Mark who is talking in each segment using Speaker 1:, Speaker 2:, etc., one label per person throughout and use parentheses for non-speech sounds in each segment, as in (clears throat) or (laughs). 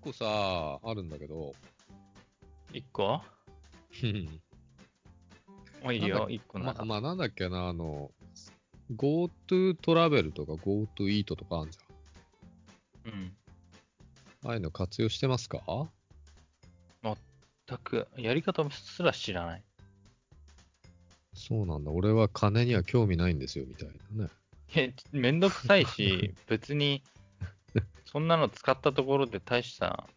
Speaker 1: 個さ、あるんだけど、
Speaker 2: 一個
Speaker 1: うん
Speaker 2: もういい
Speaker 1: なん
Speaker 2: よ、
Speaker 1: か
Speaker 2: 一個な
Speaker 1: ま
Speaker 2: ら。
Speaker 1: まあ、なんだっけな、あの、GoTo トラベルとか GoTo イートとかあるじ
Speaker 2: うん。
Speaker 1: ゃん。ああいうの活用してますか
Speaker 2: 全く、やり方すら知らない。 (laughs)
Speaker 1: そうなんだ。俺は金には興味ないんですよ、みたいなね。
Speaker 2: いや、めんどくさ
Speaker 1: (laughs)
Speaker 2: いし、別に、そんなの使ったところで大した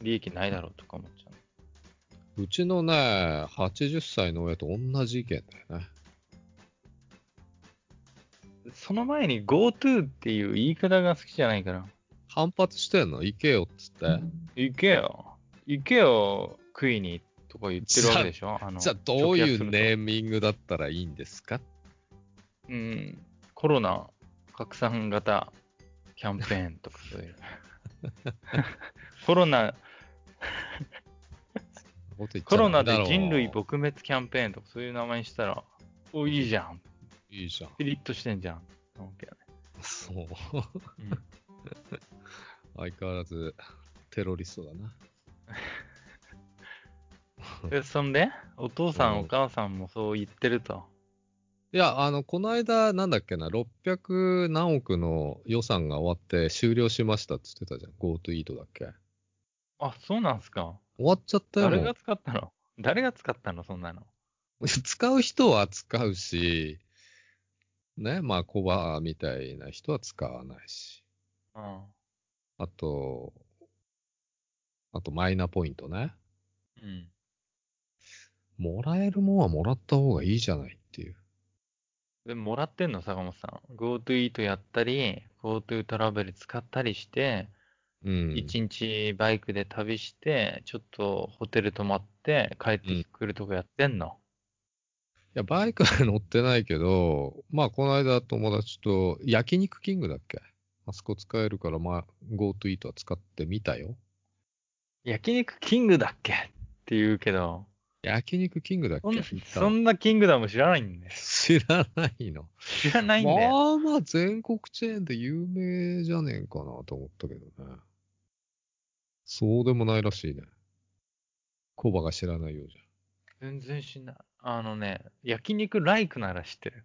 Speaker 2: 利益ないだろうとか思っちゃう。
Speaker 1: うちのね、80歳の親と同じ意見だよね。
Speaker 2: その前に GoTo っていう言い方が好きじゃないから。
Speaker 1: 反発してんの行けよっつって。
Speaker 2: 行けよ。行けよ、食いに、とか言ってるわけでしょ。あの
Speaker 1: じゃあ、どういうネ
Speaker 2: 直訳する
Speaker 1: ーミングだったらいいんですか
Speaker 2: とうん。コロナ拡散型キャンペーンとか
Speaker 1: (laughs)
Speaker 2: そういう。 (laughs) コロナ、コロナで人類撲滅キャンペーンとかそういう名前にしたら、お、いいじゃん。
Speaker 1: いいじゃん。
Speaker 2: ピリッとしてんじゃん。と思うけどね
Speaker 1: そう。
Speaker 2: うん
Speaker 1: 相変わらず、テロリストだな。
Speaker 2: でそんで、お父さん、
Speaker 1: うん
Speaker 2: お母さんもそう言ってると。
Speaker 1: いや、あの、この間、なんだっけな、600何億の予算が終わって終了しましたって言ってたじゃん。GoTo イートだっけ。
Speaker 2: あ、そうなんすか。
Speaker 1: 終わっちゃったよ。
Speaker 2: 誰
Speaker 1: も
Speaker 2: が使ったの誰が使ったのそんなの。
Speaker 1: う (laughs) 使う人は使うし、ね、まあ、コバみたいな人は使わないし。
Speaker 2: うん。
Speaker 1: あと、あとマイナポイントね。
Speaker 2: うん。
Speaker 1: もらえるもんはもらった方がいいじゃないっていう。
Speaker 2: でも、もらってんの坂本さん。GoTo イートやったり、GoTo トラベル使ったりして、
Speaker 1: うん。
Speaker 2: 一、日バイクで旅して、ちょっとホテル泊まって帰ってくるとこやってんの、
Speaker 1: いや、バイクは乗 (laughs) ってないけど、まあ、この間友達と焼肉キングだっけあそこ使えるから、まあ、GoTo イートは使ってみたよ。
Speaker 2: 焼肉キングだっけって言うけど、
Speaker 1: 焼肉キングだっ
Speaker 2: そん
Speaker 1: け行った
Speaker 2: そんなキングダム知らないんで。
Speaker 1: 知らないの。
Speaker 2: 知らないんで。
Speaker 1: まあまあ、全国チェーンで有名じゃねえかなと思ったけどね。そうでもないらしいね。コバが知らないようじゃん。
Speaker 2: 全然知んない。あのね、焼肉ライクなら知ってる。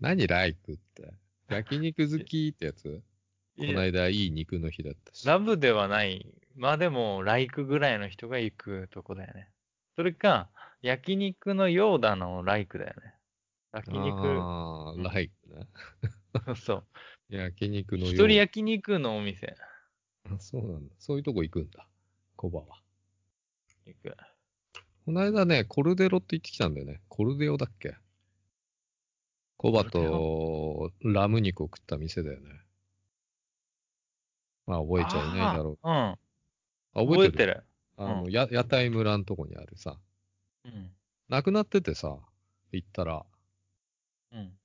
Speaker 1: 何ライクって。焼肉好きってやつこの間いい肉の日だったし。
Speaker 2: ラブではない。まあでも、ライクぐらいの人が行くとこだよね。それか、焼肉のようだのライクだよね。焼肉、
Speaker 1: ああ、ライクね。
Speaker 2: (laughs) そう。
Speaker 1: 焼肉の
Speaker 2: 一
Speaker 1: よう
Speaker 2: 人焼肉のお店
Speaker 1: あ (laughs) そうなんだ。そういうとこ行くんだ。コバは。
Speaker 2: 行く。
Speaker 1: この間ね、コルデロって行ってきたんだよね。コルデオだっけコバ
Speaker 2: コルデ
Speaker 1: とラム肉を食った店だよね。まあ覚えちゃいないだろう。
Speaker 2: あ
Speaker 1: あ、
Speaker 2: ーうん。覚えてる。
Speaker 1: あの、
Speaker 2: うん
Speaker 1: や屋台村のとこにあるさ。
Speaker 2: うん。
Speaker 1: なくなっててさ、行ったら、
Speaker 2: うん。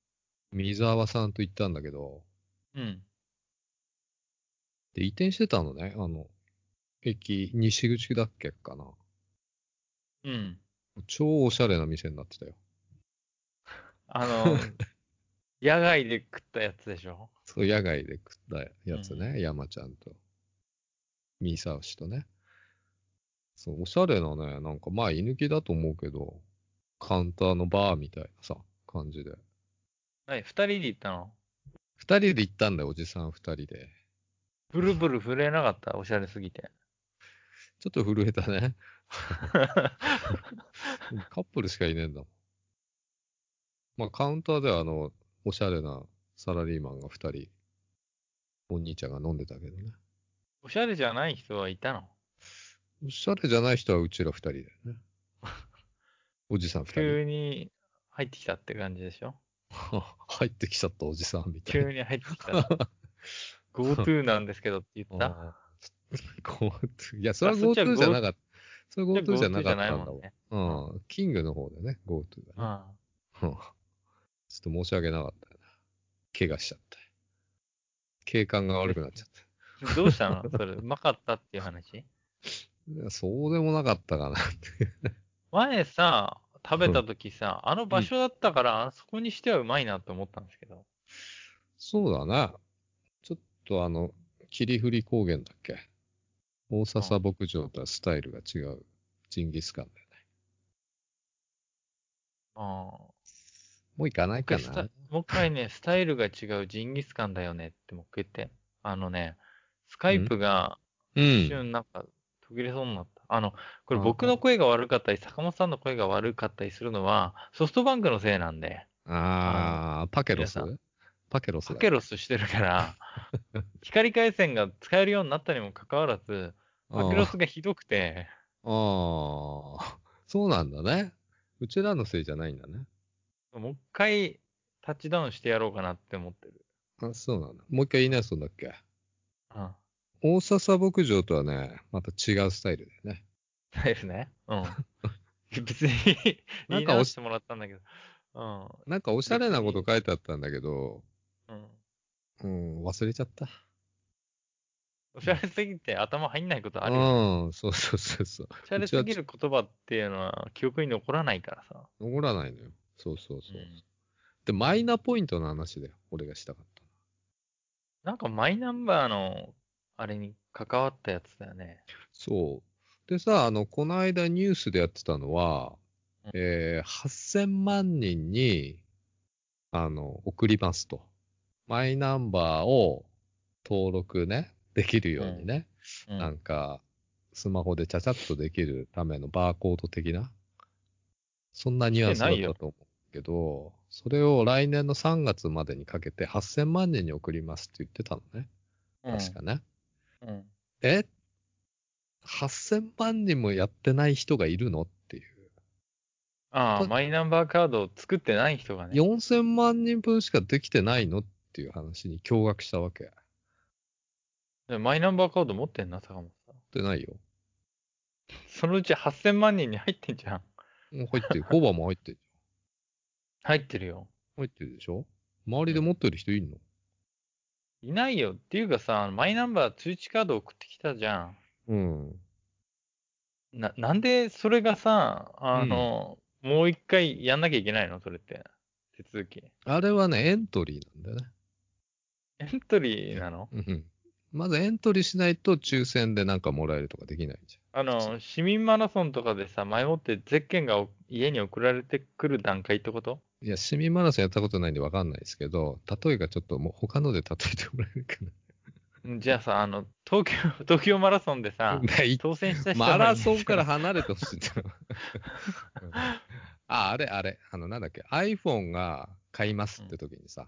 Speaker 1: 水沢さんと行ったんだけど、
Speaker 2: うん。
Speaker 1: で、移転してたのね。あの、駅、西口だっけかな。
Speaker 2: うん。
Speaker 1: 超おしゃれな店になってたよ。
Speaker 2: あ (laughs) の、野外で食ったやつでしょ
Speaker 1: そう、野外で食ったやつね、
Speaker 2: う
Speaker 1: 山ちゃんと、ミサウシとね。そう、おしゃれなね、なんか、まあ、居抜きだと思うけど、カウンターのバーみたいなさ、感じで。
Speaker 2: はい、二人で行ったの
Speaker 1: 二人で行ったんだよ、おじさん二人で。
Speaker 2: ブルブル震えなかったおしゃれすぎて。
Speaker 1: ちょっと震えたね。カップルしかいねえんだもん。まあ、カウンターでは、あの、おしゃれなサラリーマンが二人、お兄ちゃんが飲んでたけどね。
Speaker 2: (laughs) おしゃれじゃない人はいたの
Speaker 1: おしゃれじゃない人はうちら二人だよね。おじさん二人。
Speaker 2: 急に入ってきたって感じでしょ
Speaker 1: (laughs) 入ってきちゃったおじさんみたい
Speaker 2: 急に入ってきた。GoTo なんですけどって言っ
Speaker 1: な。
Speaker 2: た
Speaker 1: あー GoTo (laughs) いや、それは
Speaker 2: あそっちは
Speaker 1: GoTo じゃなかった。それは GoTo じゃな
Speaker 2: GoTo じ
Speaker 1: かっ
Speaker 2: ゃない
Speaker 1: たんだ
Speaker 2: も
Speaker 1: も
Speaker 2: んね。
Speaker 1: ん。うん。キングの方でね、GoTo
Speaker 2: う
Speaker 1: だね。
Speaker 2: ん。
Speaker 1: うんちょっと申し訳なかったよな。怪我しちゃった。景観が悪くなっちゃった。
Speaker 2: どうした (laughs) のそれ、うまかったっていう話
Speaker 1: いやそうでもなかったかな (laughs) って。
Speaker 2: 前さ、食べた時さ、あの場所だったから、あそこにしてはうまいなと思ったんですけど。
Speaker 1: そうだな。ちょっとあの、霧降り高原だっけ大笹牧場とはスタイルが違うジンギスカンだよね。
Speaker 2: ああ。
Speaker 1: もう行かないか
Speaker 2: ス
Speaker 1: な
Speaker 2: タ。もう一回ね、スタイルが違うジンギスカンだよねってもう一回言って。あのね、スカイプが
Speaker 1: う
Speaker 2: 一
Speaker 1: ん。
Speaker 2: 瞬なんか途切れそうになった。あの、これ
Speaker 1: あー
Speaker 2: 僕の声が悪かったり、坂本さんの声が悪かったりするのは、ソフトバンクのせいなんで、
Speaker 1: ああ、パケロス
Speaker 2: 皆さ
Speaker 1: パケロスだ
Speaker 2: パケロスして
Speaker 1: (laughs)
Speaker 2: るから、光回線が使えるようになったにもかかわらず、パケロスがひどくて、
Speaker 1: あーあー、そうなんだね。うちらのせいじゃないんだね。
Speaker 2: もう一回タッチダウンしてやろうかなって思ってる。
Speaker 1: あそうなんだ。もう一回言い直すんだっけ
Speaker 2: うん。
Speaker 1: 大笹牧場とはね、また違うスタイルだよね。
Speaker 2: そうですね。
Speaker 1: (laughs)
Speaker 2: うん。別に、
Speaker 1: な
Speaker 2: 言
Speaker 1: ん
Speaker 2: い
Speaker 1: か
Speaker 2: 直
Speaker 1: おし
Speaker 2: してもらったんだけど。うん。
Speaker 1: なんかおしゃれなこと書いてあったんだけど、
Speaker 2: うん。
Speaker 1: うん、忘れちゃった。
Speaker 2: おしゃれすぎて頭入んないことあるよ。
Speaker 1: うん、そうそうそうそう。
Speaker 2: おしゃれすぎる言葉っていうのは記憶に残らないからさ。
Speaker 1: 残らないのよ。そうそうそう。
Speaker 2: うん
Speaker 1: で、マイナポイントの話だよ。俺がしたかっ
Speaker 2: なんかマイナンバーの、あれに関わったやつだよね。
Speaker 1: た。そう。でさ、あの、この間ニュースでやってたのは
Speaker 2: うん、
Speaker 1: えー、8000万人に、あの、送りますと。マイナンバーを登録ね、できるようにね。
Speaker 2: うん。
Speaker 1: なんか、スマホでちゃちゃっとできるためのバーコード的な、そんなニュアンスだったと思うけど、それを来年の3月までにかけて8000万人に送りますって言ってたのね。
Speaker 2: うん
Speaker 1: 確かね。
Speaker 2: うん。
Speaker 1: え ?8000 万人もやってない人がいるのっていう。
Speaker 2: ああ、
Speaker 1: と
Speaker 2: マイナンバーカードを作ってない人がね。
Speaker 1: 4000万人分しかできてないのっていう話に驚愕したわけ。
Speaker 2: でマイナンバーカード持ってんな、坂本さん。
Speaker 1: でないよ。
Speaker 2: そのうち8000万人に入ってんじゃん。 (laughs)
Speaker 1: もう入 (laughs) ってる。コバも入ってる。
Speaker 2: 入ってるよ。
Speaker 1: 入ってるでしょ周りで持ってる人いるの
Speaker 2: いないよ。っていうかさ、マイナンバー通知カード送ってきたじゃん。
Speaker 1: うん。
Speaker 2: な、なんでそれがさ、あの、もう一回やんなきゃいけないのそれって。手続き。
Speaker 1: あれはね、エントリーなんだよね。
Speaker 2: エントリーなの
Speaker 1: うんまずエントリーしないと抽選でなんかもらえるとかできないじ
Speaker 2: あの、市民マラソンとかでさ、前もってゼッケンがお家に送られてくる段階ってこと
Speaker 1: ゃん。いや、市民マラソンやったことないんでわかんないですけど、例えがちょっともう他ので例えてもらえるか
Speaker 2: んじゃあさ、あの、東京、 (laughs) 東京マラソンでさ
Speaker 1: (laughs) な。、ない
Speaker 2: 当選した人の
Speaker 1: マラソンから離れてほしいってのうんあ、あれあれ、あの、なんだっけ、iPhone が買いますって時にさ、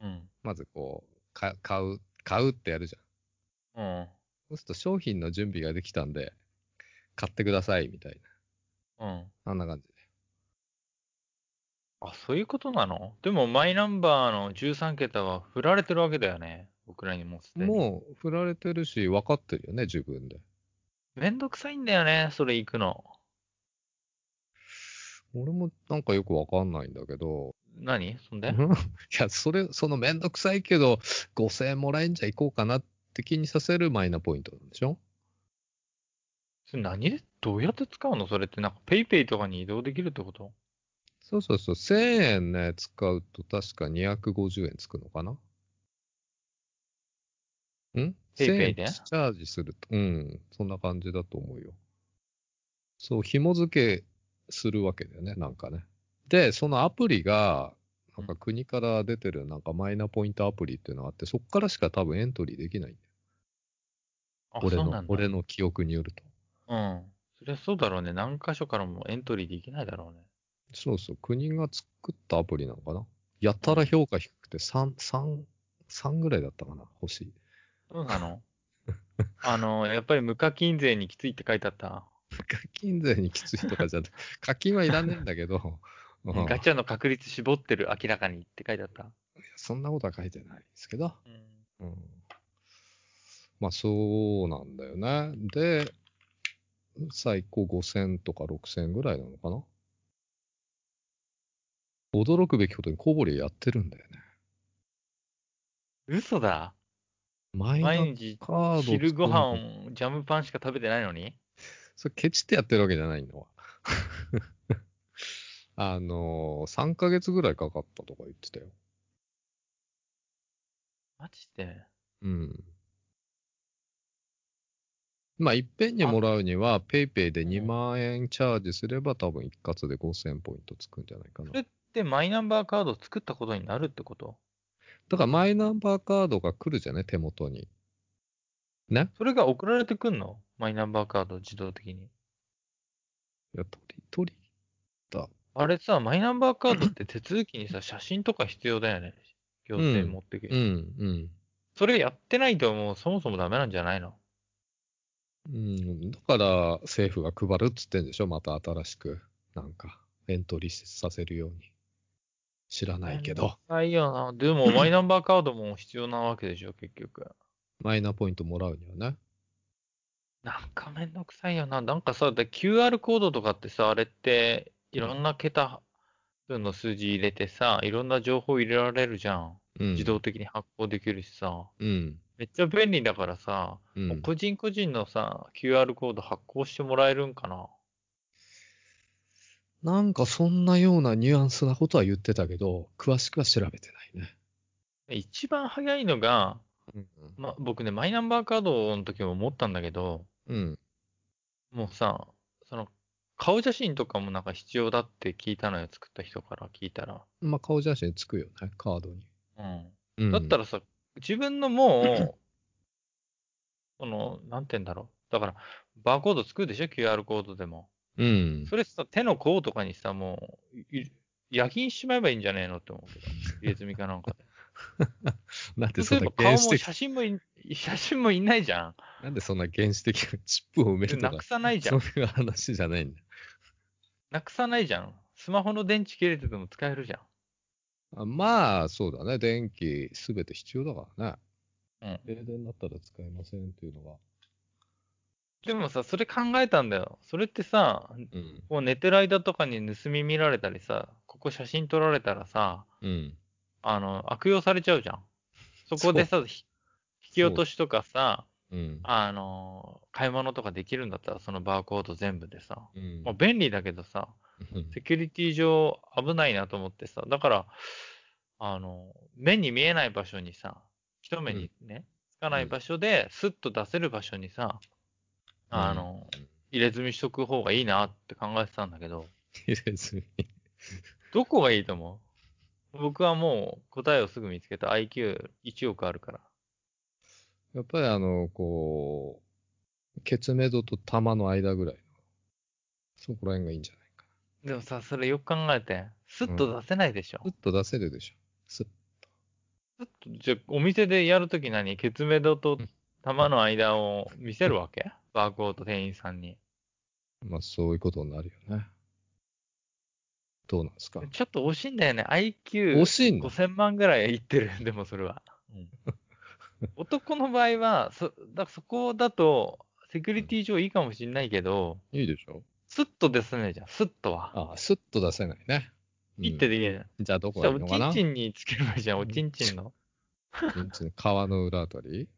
Speaker 2: うん。
Speaker 1: まずこう、か買う、買うってやるじゃん。
Speaker 2: うん。
Speaker 1: そうすると商品の準備ができたんで、買ってくださいみたい
Speaker 2: うん。
Speaker 1: な。あんな感じ。
Speaker 2: あ、そういうことなのでも、マイナンバーの13桁は振られてるわけだよね。僕らにもうすでに。
Speaker 1: もう振られてるし、分かってるよね、自分で。
Speaker 2: めんどくさいんだよね、それ行くの。
Speaker 1: 俺もなんかよくわかんないんだけど。
Speaker 2: 何そん
Speaker 1: (laughs) い
Speaker 2: で
Speaker 1: や、それ、そのめんどくさいけど、5000円もらえんじゃ行こうかなって気にさせるマイナポイントなんでしょ
Speaker 2: それ何でどうやって使うのそれってなんか、ペイペイとかに移動できるってこと
Speaker 1: そうそうそう。1000円ね、使うと確か250円つくのかなん
Speaker 2: ペイペイ
Speaker 1: ?1000 円
Speaker 2: で
Speaker 1: チャージすると。うん。そんな感じだと思うよ。そう、紐付けするわけだよね、なんかね。で、そのアプリが、なんか国から出てるなんかマイナポイントアプリっていうのがあって、そっからしか多分エントリーできないんだよ。
Speaker 2: あ、
Speaker 1: 俺
Speaker 2: そうな
Speaker 1: の
Speaker 2: ん、だ。
Speaker 1: 俺の記憶によると。
Speaker 2: うん。そりゃそうだろうね。何箇所からもエントリーできないだろうね。
Speaker 1: そうそう、国が作ったアプリなのかなやたら評価低くて3、3、3ぐらいだったかな星。
Speaker 2: そう
Speaker 1: (laughs)
Speaker 2: なのあの、やっぱり無課金税にきついって書いてあった。
Speaker 1: 課金税にきつい (laughs) とかじゃなくて、課金はいらねえんだけど、うん
Speaker 2: ガチャの確率絞ってる、明らかにって書いてあった。
Speaker 1: そんなことは書いてないですけど、
Speaker 2: うん。
Speaker 1: うんまあそうなんだよね。で、最高5000とか6000ぐらいなのかな驚くべきことにコボリやってるんだよね。
Speaker 2: 嘘だ
Speaker 1: マイナ
Speaker 2: 毎日
Speaker 1: カード
Speaker 2: 昼ご
Speaker 1: 作るの
Speaker 2: 飯ジャムパンしか食べてないのに
Speaker 1: それケチってやってるわけじゃないの (laughs) あのー、3ヶ月ぐらいかかったとか言ってたよ。
Speaker 2: マジで
Speaker 1: うん。まあ、いっぺんにもらうには、ペイペイで2万円チャージすれば、多分一括で5000ポイントつくんじゃないかな
Speaker 2: そ。れってマイナンバーカードを作ったことになるってこと
Speaker 1: だから、マイナンバーカードが来るじゃね、手元に。
Speaker 2: それが送られてくんのマイナンバーカード自動的に。
Speaker 1: いや、取り、取り、
Speaker 2: あれさ、マイナンバーカードって手続
Speaker 1: (laughs)
Speaker 2: きにさ、写真とか必要だよね。行政持ってけ。
Speaker 1: うん、うん。
Speaker 2: それやってないともうそもそもダメなんじゃないの
Speaker 1: うん、だから政府が配るっつってんでしょ、また新しく。なんか、エントリーさせるように。知らないけど、。
Speaker 2: いよな。でも、マイナンバーカードも必要なわけでしょ、結局。
Speaker 1: マイナポイントもらうにはね。
Speaker 2: なんかめんどくさいよな。なんかさ、で QR コードとかってさ、あれって、いろんな桁分の数字入れてさ、いろんな情報入れられるじゃん。
Speaker 1: うん。
Speaker 2: 自動的に発行できるしさ。
Speaker 1: うん。
Speaker 2: めっちゃ便利だからさ、
Speaker 1: う。
Speaker 2: もうん個人個人のさ、QR コード発行してもらえるんかな。
Speaker 1: なんかそんなようなニュアンスなことは言ってたけど、詳しくは調べてないね。
Speaker 2: 一番早いのが、
Speaker 1: うん。
Speaker 2: ま、僕ね、マイナンバーカードの時も思ったんだけど、
Speaker 1: うん。
Speaker 2: もうさ、その、顔写真とかもなんか必要だって聞いたのよ、作った人から聞いたら。
Speaker 1: まあ、顔写真つくよね、カードに。
Speaker 2: うん。
Speaker 1: うん、
Speaker 2: だった
Speaker 1: ら、
Speaker 2: らさ、自分のもう、この、なんて言うんだろう。だから、バーコード作るでしょ ?QR コードでも。
Speaker 1: うん。 (laughs)
Speaker 2: それさ、手の甲とかにさ、もう、い夜勤しまえばいいんじゃねえのって思うけど。入れ墨かなんかで。
Speaker 1: なん (laughs) でそ
Speaker 2: そうい
Speaker 1: ん
Speaker 2: え
Speaker 1: な
Speaker 2: ば顔
Speaker 1: 原
Speaker 2: も
Speaker 1: 始的、
Speaker 2: 写真もい、写真もいないじゃん。
Speaker 1: なん (laughs) でそんな原始的なチップを埋めると
Speaker 2: な
Speaker 1: か
Speaker 2: く、さないじゃ
Speaker 1: そ
Speaker 2: ん。
Speaker 1: ういう話じゃないんだ。
Speaker 2: なくさないじゃん。スマホの電池切れてても使えるじゃ
Speaker 1: あまあ、そうだね。電気すべて必要だからね。
Speaker 2: ん。うん。
Speaker 1: 停電になったら使えませんっていうのが。
Speaker 2: でもさ、それ考えたんだよ。それってさ、
Speaker 1: うん。
Speaker 2: こう寝てる間とかに盗み見られたりさ、ここ写真撮られたらさ、
Speaker 1: うん。
Speaker 2: あの、悪用されちゃうじゃん。そこでさ、ひ引き落としとかさ、
Speaker 1: うん。
Speaker 2: あの、買い物とかできるんだったら、そのバーコード全部でさ。
Speaker 1: うん
Speaker 2: まあ、便利だけどさ、
Speaker 1: うん
Speaker 2: セキュリティ上危ないなと思ってさ、だから、あの、目に見えない場所にさ、一目にね、つかない場所で、スッと出せる場所にさ、あの、入れ墨しとく方がいいなって考えてたんだけど、
Speaker 1: (laughs) 入れ墨
Speaker 2: どこがいいと思う僕はもう答えをすぐ見つけた IQ1 億あるから。
Speaker 1: やっぱりあの、こう、ケツメドと玉の間ぐらいの。そこら辺がいいんじゃないか
Speaker 2: でもさ、それよく考えて、スッと出せないでしょ。
Speaker 1: な。ずっと出せるでしょ。す
Speaker 2: スッとじゃあ、お店でやるとき何ケツメドと玉の間を見せるわけバーコード店員さんに。
Speaker 1: まあ、そういうことになるよね。どうなんですか
Speaker 2: ちょっと惜しいんだよね。
Speaker 1: 惜しいんだ。
Speaker 2: IQ5000 万ぐらいいってる。でもそれは。 (laughs) 男の場合は、そだそこだと、セキュリティ上いいかもしれないけど、
Speaker 1: いいでしょ
Speaker 2: スッと出せないじゃん。スッとは。
Speaker 1: ああ、すっと出せないね。うん
Speaker 2: いってできないじゃん。
Speaker 1: じゃあどこ
Speaker 2: じ
Speaker 1: が
Speaker 2: ゃ
Speaker 1: いい
Speaker 2: あ、お
Speaker 1: のか
Speaker 2: ちん
Speaker 1: な
Speaker 2: ちんにつければいいじゃん。おちんちんの。
Speaker 1: (laughs) うんちの川の裏あたり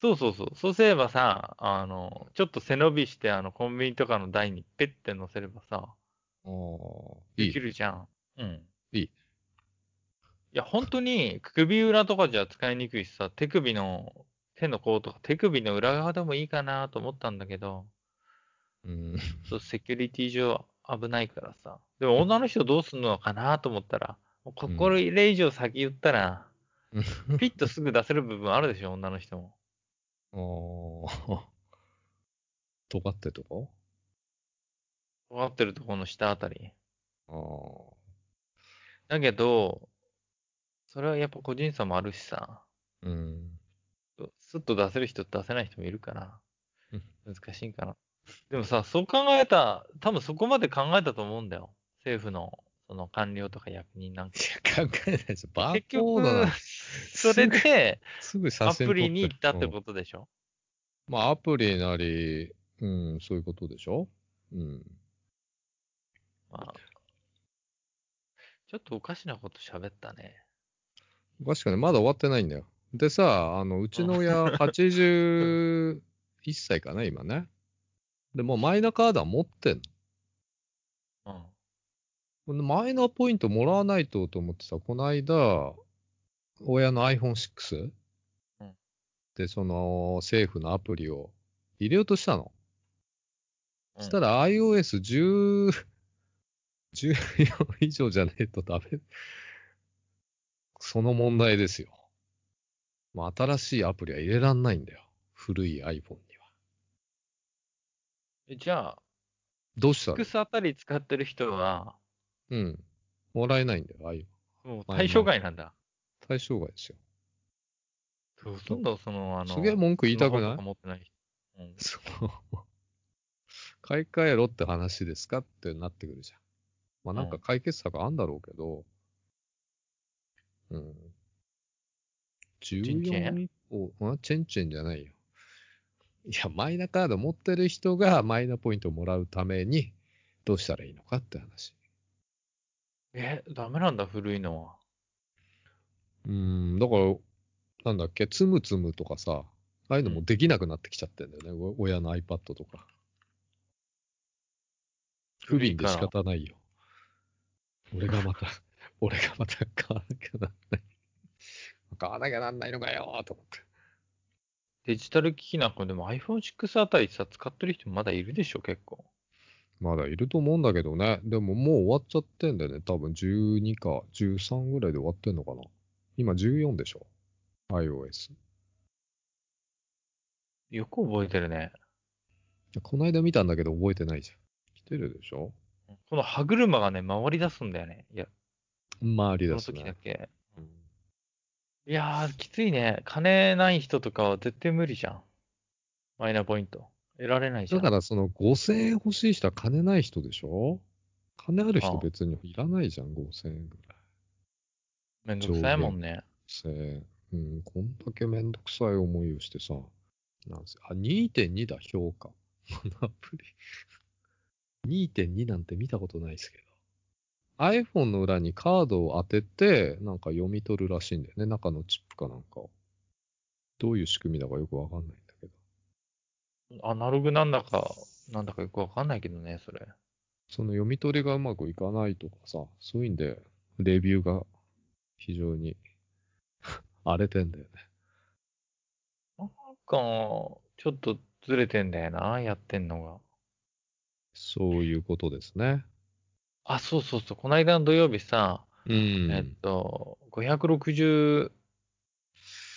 Speaker 2: そうそうそう。そうすればさ、あの、ちょっと背伸びして、あの、コンビニとかの台にペッて乗せればさ、
Speaker 1: ああ、い
Speaker 2: で
Speaker 1: い
Speaker 2: き。るじゃん。うん。
Speaker 1: いい
Speaker 2: いや、本当に首裏とかじゃ使いにくいしさ、手首の、手の甲とか手首の裏側でもいいかなと思ったんだけど、
Speaker 1: うん。
Speaker 2: そうセキュリティ上危ないからさ。でも女の人どうすんのかなと思ったら、もうここれ以上先言ったら、ピッとすぐ出せる部分あるでしょ、女の人も。
Speaker 1: ああ。尖ってとこ
Speaker 2: 尖ってるところの下あたり。
Speaker 1: ああ。
Speaker 2: だけど、それはやっぱ個人差もあるしさ、
Speaker 1: うん。
Speaker 2: スッと出せる人と出せない人もいるから
Speaker 1: うん、
Speaker 2: 難しいんかな。でもさ、そう考えた、多分そこまで考えたと思うんだよ。政府の、その官僚とか役人なんか。
Speaker 1: いや、考えないですよ。バー
Speaker 2: 結
Speaker 1: コードなん
Speaker 2: 局
Speaker 1: て、
Speaker 2: (laughs) それで、
Speaker 1: すぐ写
Speaker 2: ア
Speaker 1: 真
Speaker 2: プリに行ったって
Speaker 1: と、
Speaker 2: ことでしょ
Speaker 1: うんまあ、アプリなり、うん、そういうことでしょうん。
Speaker 2: まあちょっとおかしなこと喋ったね。
Speaker 1: 確かに、まだ終わってないんだよ。でさ、あの、うちの親、81歳かな、今ね。で、もうマイナカードは持ってんの。
Speaker 2: うん。
Speaker 1: ほんでマイナポイントもらわないとと思ってさ、この間、親の iPhone6、
Speaker 2: うん
Speaker 1: で、その政府のアプリを入れようとしたの。
Speaker 2: うん
Speaker 1: そしたら iOS10、14以上じゃねえとダメ。その問題ですよ。まあ、新しいアプリは入れらんないんだよ。古い iPhone には。
Speaker 2: えじゃあ、
Speaker 1: どうしたの
Speaker 2: X あたり使ってる人は、
Speaker 1: うん。もらえないんだよ。ああいう
Speaker 2: もう
Speaker 1: まあまあ
Speaker 2: 対象外なんだ。
Speaker 1: 対象外ですよ。
Speaker 2: ほとんどその、あの、
Speaker 1: すげえ文句言いたく
Speaker 2: ス
Speaker 1: ない
Speaker 2: マホとか持ってない人。うん
Speaker 1: その、買い替えろって話ですかってなってくるじゃん。まあなんか解決策あんだろうけど、うん。
Speaker 2: ンチェ
Speaker 1: 14以降、あチェンチェンじゃないよ。いや、マイナカード持ってる人がマイナポイントをもらうために、どうしたらいいのかって話。
Speaker 2: え、ダメなんだ、古いのは。
Speaker 1: うん、だから、なんだっけ、つむつむとかさ、ああいうのもできなくなってきちゃってんだよね、お親の iPad とか。不憫で仕方ないよ。俺が (laughs) また、俺がまた買わなきゃなんない。買わなきゃなんないのかよーと思って。
Speaker 2: デジタル機器なんかでも iPhone6 あたりさ、使ってる人まだいるでしょ、結構。
Speaker 1: まだいると思うんだけどね。でももう終わっちゃってんだよね。多分12か13ぐらいで終わってんのかな。今14でしょ ?iOS。
Speaker 2: よく覚えてるね。
Speaker 1: この間見たんだけど覚えてないじゃん。来てるでしょ
Speaker 2: この歯車がね、回り出すんだよね。いや、
Speaker 1: 周り
Speaker 2: そ
Speaker 1: だ
Speaker 2: の
Speaker 1: し
Speaker 2: 時だ
Speaker 1: ね。
Speaker 2: け。
Speaker 1: うん
Speaker 2: いやー、きついね。金ない人とかは絶対無理じゃん。マイナポイント。得られないじゃ
Speaker 1: だ
Speaker 2: ん。
Speaker 1: からその5000円欲しい人は金ない人でしょ金ある
Speaker 2: あ
Speaker 1: 人
Speaker 2: あ
Speaker 1: 別にいらないじゃん、5000円ぐらい。
Speaker 2: めんどくさいもんね。
Speaker 1: せーうん、こんだけめんどくさい思いをしてさ、なんせ、あ、2.2だ、評価。 (laughs) このアプリ。2.2なんて見たことないですけど。iPhone の裏にカードを当てて、なんか読み取るらしいんだよね。中のチップかなんかを。どういう仕組みだかよくわかんないんだけど。
Speaker 2: アナログなんだか、なんだかよくわかんないけどね、それ。
Speaker 1: その読み取りがうまくいかないとかさ、そういうんで、レビューが非常に (laughs) 荒れてんだよね。
Speaker 2: なんか、ちょっとずれてんだよな、やってんのが。
Speaker 1: そういうことですね。
Speaker 2: あ、そうそうそう。この間の土曜日さ、
Speaker 1: うん
Speaker 2: えっと、560、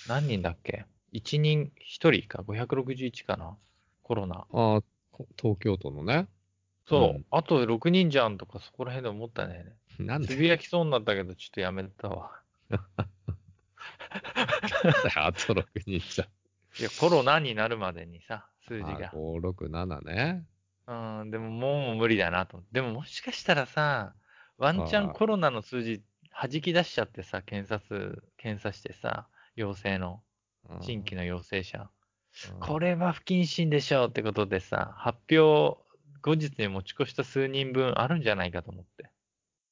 Speaker 2: 何人だっけ ?1 人、1人か、561かなコロナ。
Speaker 1: ああ、こ東京都のね。 (laughs)
Speaker 2: そう、
Speaker 1: うん
Speaker 2: あと6人じゃんとか、そこら辺で思ったね。
Speaker 1: なん
Speaker 2: つ
Speaker 1: で
Speaker 2: (laughs) ぶやきそうになったけど、ちょっとやめたわ。
Speaker 1: あと6人じゃん。
Speaker 2: いや、コロナになるまでにさ、数字
Speaker 1: あ
Speaker 2: が。
Speaker 1: 5、6、7ね。
Speaker 2: うん、でももう無理だなと思って。でももしかしたらさ、ワンチャ
Speaker 1: あ
Speaker 2: ンコロナの数字弾き出しちゃってさ、検査数、検査してさ、陽性の、
Speaker 1: うん
Speaker 2: 新規の陽性者。
Speaker 1: うん
Speaker 2: これは不謹慎でしょうってことでさ、発表後日に持ち越した数人分あるんじゃないかと思って。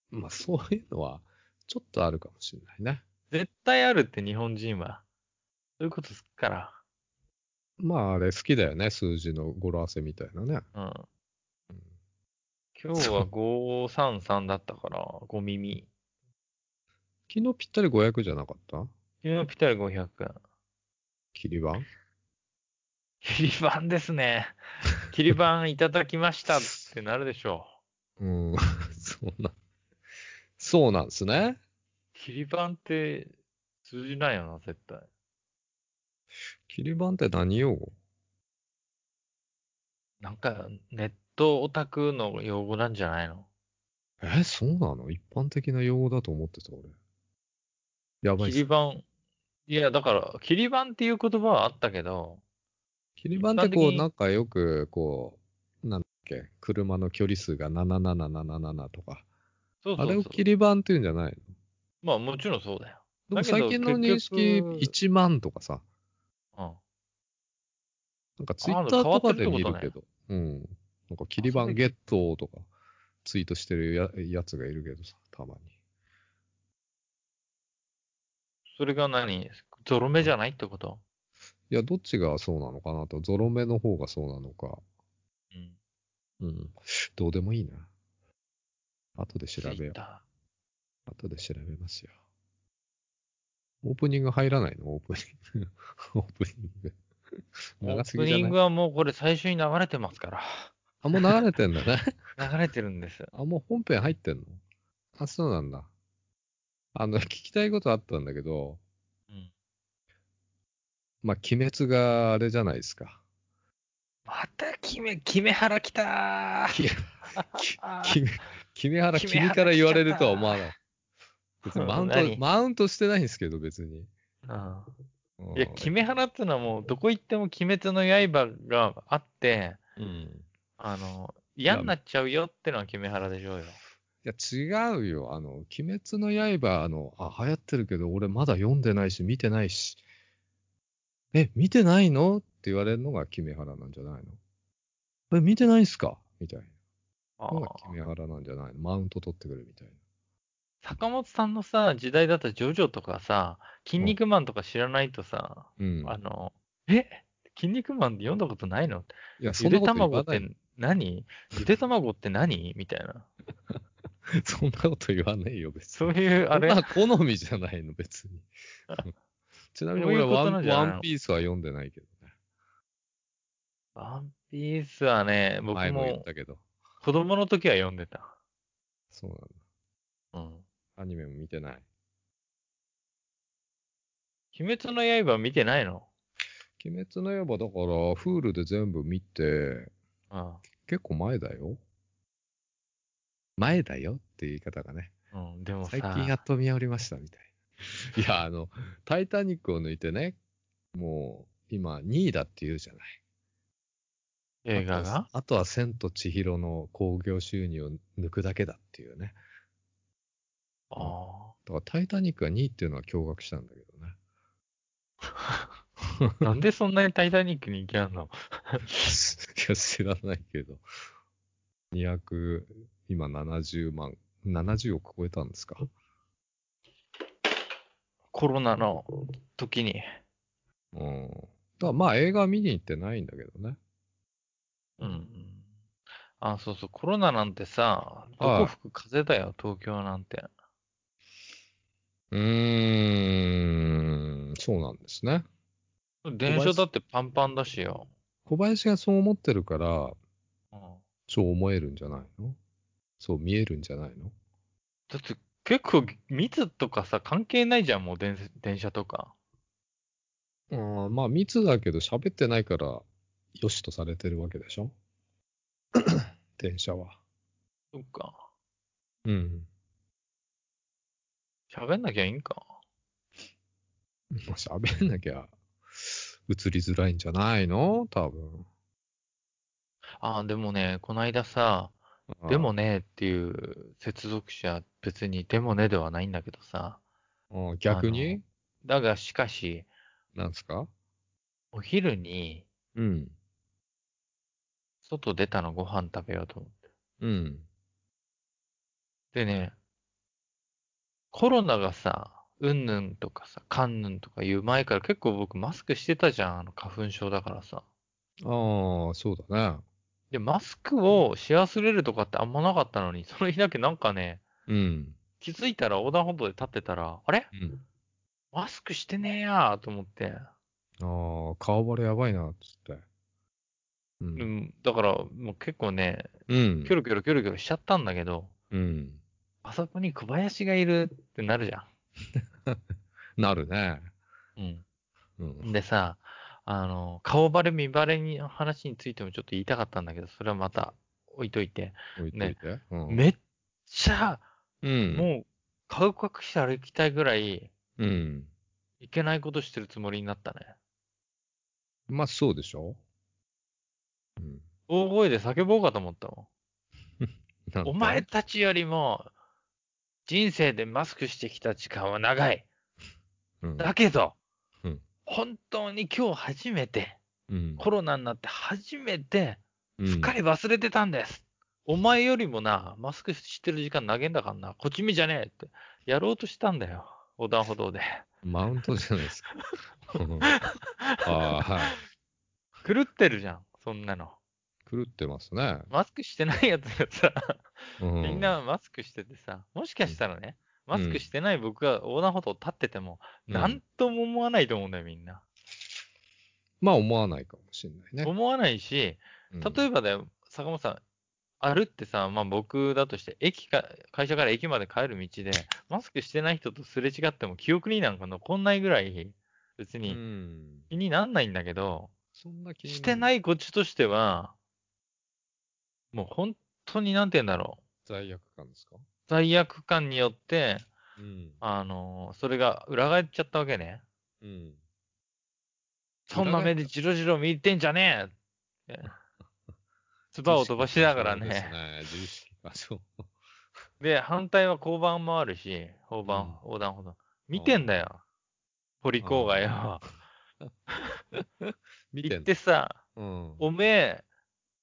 Speaker 1: まあそういうのは、ちょっとあるかもしれないね。
Speaker 2: 絶対あるって日本人は。そういうことすっか
Speaker 1: まああれ好きだよね。数字の語呂合わせみたいなね。
Speaker 2: ら。うん。
Speaker 1: うん
Speaker 2: 今日は533だったから、5耳。
Speaker 1: 昨日ぴったり500じゃなかった
Speaker 2: 昨日ぴったり500。
Speaker 1: 切り板
Speaker 2: 切り板です (laughs) ね。切り板いただきましたってなるでしょ
Speaker 1: うん。 (laughs) そんな。そうなんですね。
Speaker 2: (laughs) う。切り板って通じないよな、絶対。
Speaker 1: 切り板って何用語
Speaker 2: なんか、ネットオタクの用語なんじゃないの
Speaker 1: え、そうなの一般的な用語だと思ってた、俺。やばい
Speaker 2: 切
Speaker 1: っ
Speaker 2: り
Speaker 1: す。
Speaker 2: 板。いや、だから、切り板っていう言葉はあったけど、
Speaker 1: 切り板ってこ
Speaker 2: 一般的
Speaker 1: う、
Speaker 2: に
Speaker 1: なんかよく、こう、なんだっけ、車の距離数が7777とか。
Speaker 2: そうそ
Speaker 1: あ
Speaker 2: うそ
Speaker 1: れ
Speaker 2: う
Speaker 1: を切り板っていうんじゃない
Speaker 2: まあ、もちろんそうだよ。
Speaker 1: のでも
Speaker 2: だけ
Speaker 1: 最
Speaker 2: ど
Speaker 1: 近の認識、
Speaker 2: 結
Speaker 1: 1万とかさ。
Speaker 2: うん。
Speaker 1: なんかツイ
Speaker 2: あ
Speaker 1: ッターとかで
Speaker 2: 変わっ
Speaker 1: 見
Speaker 2: てるって
Speaker 1: る
Speaker 2: ことね
Speaker 1: けど。うん。なんか切り板ゲットとかツイートしてるややつがいるけどさ、たまに。
Speaker 2: それが何ゾロ目じゃないってこと
Speaker 1: いや、どっちがそうなのかなと、ゾロ目の方がそうなのか、
Speaker 2: うん。
Speaker 1: うん、どうでもいいな。後で調
Speaker 2: ツ
Speaker 1: べ
Speaker 2: イ
Speaker 1: よ
Speaker 2: ッ
Speaker 1: う。
Speaker 2: タ
Speaker 1: 後で調べますよ。オープニング入らないのオープニング。オープニング。
Speaker 2: オ
Speaker 1: 長
Speaker 2: ー
Speaker 1: す
Speaker 2: プ
Speaker 1: ぎじゃ
Speaker 2: ニング
Speaker 1: ない
Speaker 2: はもうこれ最初に流れてますから。
Speaker 1: あ、もう流れてんだね。
Speaker 2: 流れてるんです。
Speaker 1: あ、もう本編入ってんのあ、そうなんだ。あの、聞きたいことあったんだけど、
Speaker 2: うん。
Speaker 1: まあ、鬼滅があれじゃないですか。
Speaker 2: また、キメ、キメハラ来たー (laughs)
Speaker 1: き
Speaker 2: あー
Speaker 1: 君、君
Speaker 2: (laughs)
Speaker 1: 原、
Speaker 2: 君原
Speaker 1: 君から言われるとは思わない。別にマウント、
Speaker 2: 何
Speaker 1: マウントしてないんですけど、別に。
Speaker 2: うん
Speaker 1: うん
Speaker 2: いや、キメハラってのはもう、どこ行っても鬼滅の刃があって、
Speaker 1: うん。
Speaker 2: あの、嫌になっちゃうよってのはキメハラでしょうよ。
Speaker 1: いや、違うよ。あの、鬼滅の刃、あの、あ、流行ってるけど、俺まだ読んでないし、見てないし。え、見てないのって言われるのが君原なんじゃないのえ、見てないんすかみたい
Speaker 2: あ
Speaker 1: なのが
Speaker 2: ー
Speaker 1: 君原なんじゃないのマウント取ってくるみたいな。
Speaker 2: 坂本さんのさ、時代だったらジョジョとかさ、筋肉マンとか知らないとさ、
Speaker 1: うん。
Speaker 2: あの、え筋肉マンって読んだことないの
Speaker 1: いや、そ
Speaker 2: ゆ
Speaker 1: んな
Speaker 2: で
Speaker 1: こと言
Speaker 2: 卵
Speaker 1: わ
Speaker 2: っ
Speaker 1: ない
Speaker 2: て。何ゆで卵って何みたいな。
Speaker 1: そんなこと言わないよ、 (laughs) 別
Speaker 2: そ
Speaker 1: に
Speaker 2: う。いう、あれ
Speaker 1: そんな好みじゃないの、
Speaker 2: (laughs)
Speaker 1: 別に。ちなみに俺は
Speaker 2: そういうこ
Speaker 1: ワ
Speaker 2: と
Speaker 1: ン
Speaker 2: なんじゃな
Speaker 1: ワ
Speaker 2: いの
Speaker 1: ンピースは読んでないけどね。
Speaker 2: ワンピースはね、僕
Speaker 1: 前も言っ
Speaker 2: も
Speaker 1: たけど。
Speaker 2: 子供の時は読んでた。
Speaker 1: そうなんだ。
Speaker 2: うん。
Speaker 1: アニメも見てない。
Speaker 2: 鬼滅の刃見てないの
Speaker 1: 鬼滅の刃だから、フールで全部見て、
Speaker 2: うん。
Speaker 1: 結構前だよ。前だよって言い方がね。
Speaker 2: うん、でもさ、
Speaker 1: 最近やっと見終わりましたみたいな。いや、あの、タイタニックを抜いてね、もう今2位だって言うじゃない。
Speaker 2: 映画が
Speaker 1: あとは千と千尋の興行収入を抜くだけだっていうね。
Speaker 2: ああ
Speaker 1: だからタイタニックが2位っていうのは驚愕したんだけどね。 (laughs)
Speaker 2: ー。なんでそんなにタイタニックに行きあんの
Speaker 1: いや、知らないけど。200、今70万、70億超えたんですか
Speaker 2: コロナの時に。
Speaker 1: うん。だからまあ映画見に行ってないんだけどね。
Speaker 2: うんうん。あ、そうそう、コロナなんてさ、ど
Speaker 1: はい
Speaker 2: こ吹く風だよ、東京なんて。
Speaker 1: うーん、そうなんですね。
Speaker 2: 電車だってパンパンだしよ。
Speaker 1: 小林がそう思ってるから、
Speaker 2: うん、
Speaker 1: そう思えるんじゃないのそう見えるんじゃないの
Speaker 2: だって結構密とかさ、関係ないじゃん、もう電電車とか。
Speaker 1: うん、まあ密だけど喋ってないから、良しとされてるわけでしょ (clears throat) 電車は。
Speaker 2: そっか。
Speaker 1: うん。
Speaker 2: 喋んなきゃいいんか。
Speaker 1: まあ、喋んなきゃ、映りづらいんじゃないの多分。
Speaker 2: あ、でもね、こないださ、
Speaker 1: ああ
Speaker 2: でも、ねっていう接続詞は別にでもねではないんだけどさ。
Speaker 1: うん逆に
Speaker 2: だがしかし、
Speaker 1: なんすか
Speaker 2: お昼に
Speaker 1: うん。
Speaker 2: 外出たのご飯食べようと思って。
Speaker 1: うん。
Speaker 2: でね、コロナがさ、うんぬんとかさ、かんぬんとか言う前から結構僕マスクしてたじゃん、あの花粉症だからさ。
Speaker 1: ああ、そうだね。
Speaker 2: で、マスクをし忘れるとかってあんまなかったのに、その日だけなんかね、
Speaker 1: うん。
Speaker 2: 気づいたら横断歩道で立ってたら、あれ
Speaker 1: うん、
Speaker 2: マスクしてねえやーと思って。
Speaker 1: ああ、顔バレやばいな、つって。う。
Speaker 2: うんん、だから、もう結構ね、
Speaker 1: うん
Speaker 2: キョロキョロキョロキョロしちゃったんだけど、
Speaker 1: うん。
Speaker 2: あそこに小林がいるってなるじゃ
Speaker 1: なるね。
Speaker 2: ん。うん。
Speaker 1: うん。
Speaker 2: でさ、あの、顔バレ、見バレの話についてもちょっと言いたかったんだけど、それはまた置いといて。
Speaker 1: 置いといて。うん。
Speaker 2: めっちゃ、
Speaker 1: うん。
Speaker 2: もう、顔隠して歩きたいぐらい、
Speaker 1: うん。
Speaker 2: いけないことしてるつもりになったね。
Speaker 1: まあ、そうでしょうん。
Speaker 2: 大声で叫ぼうかと思ったも
Speaker 1: なん
Speaker 2: ん。
Speaker 1: て
Speaker 2: お前たちよりも、人生でマスクしてきた時間は長い。
Speaker 1: うん。
Speaker 2: だけど、
Speaker 1: うん
Speaker 2: 本当に今日初めて、
Speaker 1: うん。
Speaker 2: コロナになって初めて、
Speaker 1: うん
Speaker 2: すっかり忘れてたんです。お前よりもな、マスクしてる時間長げんだからな、こっち見じゃねえって、やろうとしたんだよ。横断歩道で。
Speaker 1: (laughs) マウントじゃないですか。
Speaker 2: (laughs)
Speaker 1: うんああ、はい。
Speaker 2: 狂ってるじゃん、そんなの。
Speaker 1: 狂ってますね。
Speaker 2: マスクしてないやつがさ、
Speaker 1: う
Speaker 2: みんなマスクしててさ、もしかしたらね、マスクしてない僕が横断歩道立ってても、
Speaker 1: うん
Speaker 2: なんとも思わないと思うんだよ、みんな。
Speaker 1: まあ思わないかもしれないね。
Speaker 2: 思わないし、例えばだよ、坂本さん、歩ってさ、まあ僕だとして、駅か、会社から駅まで帰る道で、マスクしてない人とすれ違っても記憶になんか残んないぐらい、別
Speaker 1: ばう
Speaker 2: に
Speaker 1: ん。
Speaker 2: 気になんないんだけど、
Speaker 1: そんな気
Speaker 2: して
Speaker 1: い。
Speaker 2: ないこっちとしては、もう本当になんて言うんだろう。
Speaker 1: 罪悪感ですか
Speaker 2: 罪悪感によって、
Speaker 1: うん。
Speaker 2: あのそれが裏返っちゃったわけね。
Speaker 1: うん。
Speaker 2: そんな目でじろじろ見てんじゃね
Speaker 1: (laughs)
Speaker 2: えって。唾を飛ばしながら
Speaker 1: そうです
Speaker 2: ね。
Speaker 1: ね。自意識が
Speaker 2: (laughs)
Speaker 1: そう。
Speaker 2: で、反対は交番もあるし、交
Speaker 1: うん
Speaker 2: 番、横断歩道。見てんだよ。堀郊外は。
Speaker 1: 見て
Speaker 2: 行
Speaker 1: ん
Speaker 2: っ
Speaker 1: の
Speaker 2: てさ、
Speaker 1: うん。
Speaker 2: おめえ、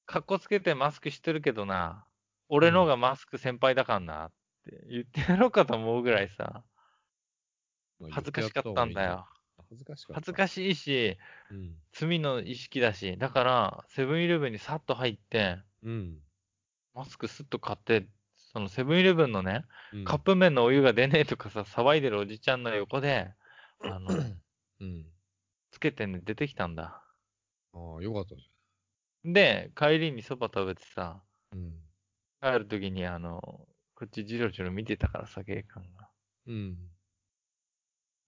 Speaker 2: かっこつけてマスクしてるけどな、俺のがマスク先輩だかんなって言ってやろうかと思うぐらいさ、
Speaker 1: まあ
Speaker 2: 恥ずかしかったんだ。よ。
Speaker 1: 言ってやった方がいいね恥ず
Speaker 2: 恥ず
Speaker 1: かしかっ
Speaker 2: かしいし、
Speaker 1: た。うん。
Speaker 2: 罪の意識だし、だから、セブンイレブンにさっと入って、
Speaker 1: うん。
Speaker 2: マスクすっと買って、そのセブンイレブンのね、
Speaker 1: うん
Speaker 2: カップ麺のお湯が出ねえとかさ、騒いでるおじちゃんの横で、あの、
Speaker 1: うん。
Speaker 2: つけてね、出てきたんだ。
Speaker 1: ああ、よかったじ
Speaker 2: で、帰りにそば食べてさ、
Speaker 1: ゃん。うん。
Speaker 2: 帰る時にあの、こっちじろじろ見てたからさ、警官が。
Speaker 1: うん。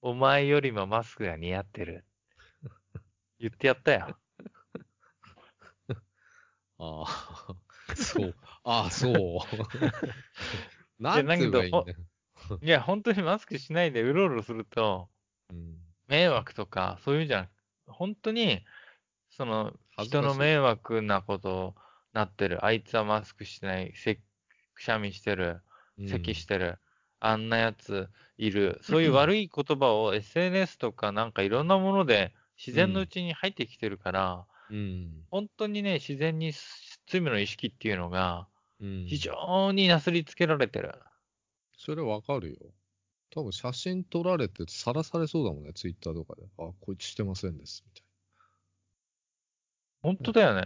Speaker 2: お前よりもマスクが似合ってる。言ってやっ
Speaker 1: (laughs)
Speaker 2: たよ。
Speaker 1: ああ、 (laughs) そう。ああ、
Speaker 2: (laughs)
Speaker 1: そう。なんて言えばいいんだよ
Speaker 2: いやだけいや、本当にマスクしないでうろうろすると、
Speaker 1: うん。
Speaker 2: 迷惑とか、そういうんじゃなく本当に、その、
Speaker 1: 恥ずか
Speaker 2: 人
Speaker 1: しい
Speaker 2: の迷惑なことなってる。あいつはマスクしてない。せくしゃみしてる。咳してる。あんなやついる。そういう悪い言葉を SNS とかなんかいろんなもので自然のうちに入ってきてるから、
Speaker 1: うん。
Speaker 2: 本当にね、自然に罪の意識っていうのが
Speaker 1: うん。
Speaker 2: 非常になすりつけられてる。
Speaker 1: それわかるよ。多分写真撮られてさらされそうだもんね、ツイッターとかで。あ、こいつしてませんです、みたい
Speaker 2: 本当だよね。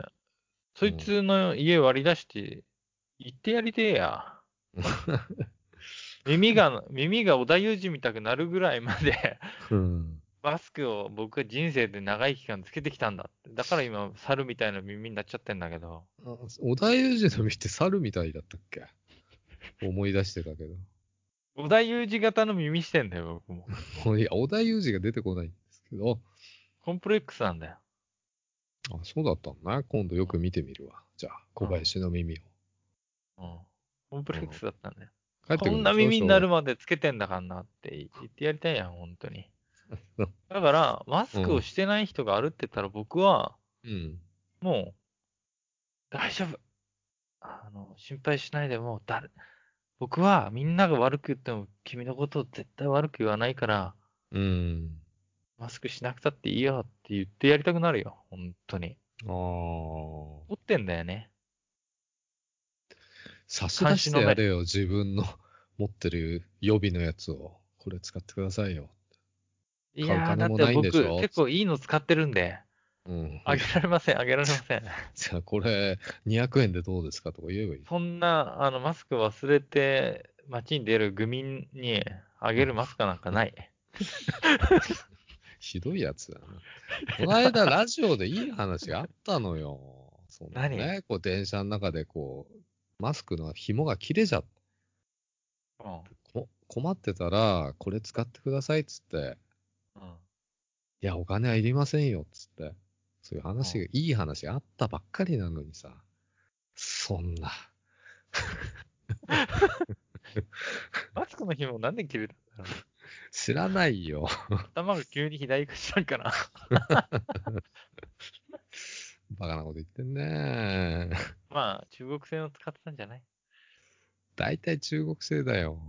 Speaker 2: そいつの家割り出して、行ってやりてえや。
Speaker 1: (laughs)
Speaker 2: 耳が、耳が織田裕二みたくなるぐらいまで。
Speaker 1: な。うん。
Speaker 2: マスクを僕は人生で長い期間つけてきたんだって。だから今、猿みたいな耳になっちゃってんだけど。
Speaker 1: 小田裕二の見て猿みたいだったっけ思い出してたけど。 (laughs)
Speaker 2: 織田裕二型の耳してんだよ、僕も。
Speaker 1: もういや、小田裕二が出てこないんですけど。
Speaker 2: コンプレックスなんだよ。
Speaker 1: あ、そうだったんだね。今度よく見てみるわ。じゃあ、小林の耳を。
Speaker 2: うん。コンプレックスだったんだよ。
Speaker 1: 帰ってく
Speaker 2: こ
Speaker 1: る
Speaker 2: んな耳になるまでつけてんだからなって言ってやりたいやん、本当に。だから、マスクをしてない人が歩ってたら僕は、
Speaker 1: うん。
Speaker 2: もう、大丈夫。あの、心配しないでもう、誰、僕はみんなが悪く言っても君のことを絶対悪く言わないから、
Speaker 1: うん。
Speaker 2: マスクしなくたっていいよって言ってやりたくなるよ。本当に。
Speaker 1: ああ。
Speaker 2: 怒ってんだよね。
Speaker 1: 差し出してやれよ、自分の持ってる予備のやつを。これ使ってくださいよ。
Speaker 2: い
Speaker 1: 買う
Speaker 2: やー、だ
Speaker 1: 金
Speaker 2: っ
Speaker 1: も
Speaker 2: て
Speaker 1: ないんで
Speaker 2: 僕
Speaker 1: しょ
Speaker 2: 結構いいの使ってるんで、
Speaker 1: うん。
Speaker 2: あげられません、あげられません。
Speaker 1: (laughs) じゃあ、これ、200円でどうですかとか言えばいい。
Speaker 2: そんな、あの、マスク忘れて街に出る愚民にあげるマスクなんかない。
Speaker 1: ひどいやつだな。この間、ラジオでいい話があったのよ。そうね、
Speaker 2: 何
Speaker 1: こう、電車の中で、こう、マスクの紐が切れちゃって、
Speaker 2: うん。うん。
Speaker 1: こ困ってたら、これ使ってくださいっつって、いや、お金はいりませんよっつって、そういう話が、いい話があったばっかりなのにさ、そんな。
Speaker 2: マスクの紐なんで切れたんだろ
Speaker 1: 知らないよ。
Speaker 2: う頭が急に左くしたんかな。
Speaker 1: バカなこと言ってんね。
Speaker 2: (laughs) まあ、中国製を使ってたんじゃない
Speaker 1: 大体中国製だよ。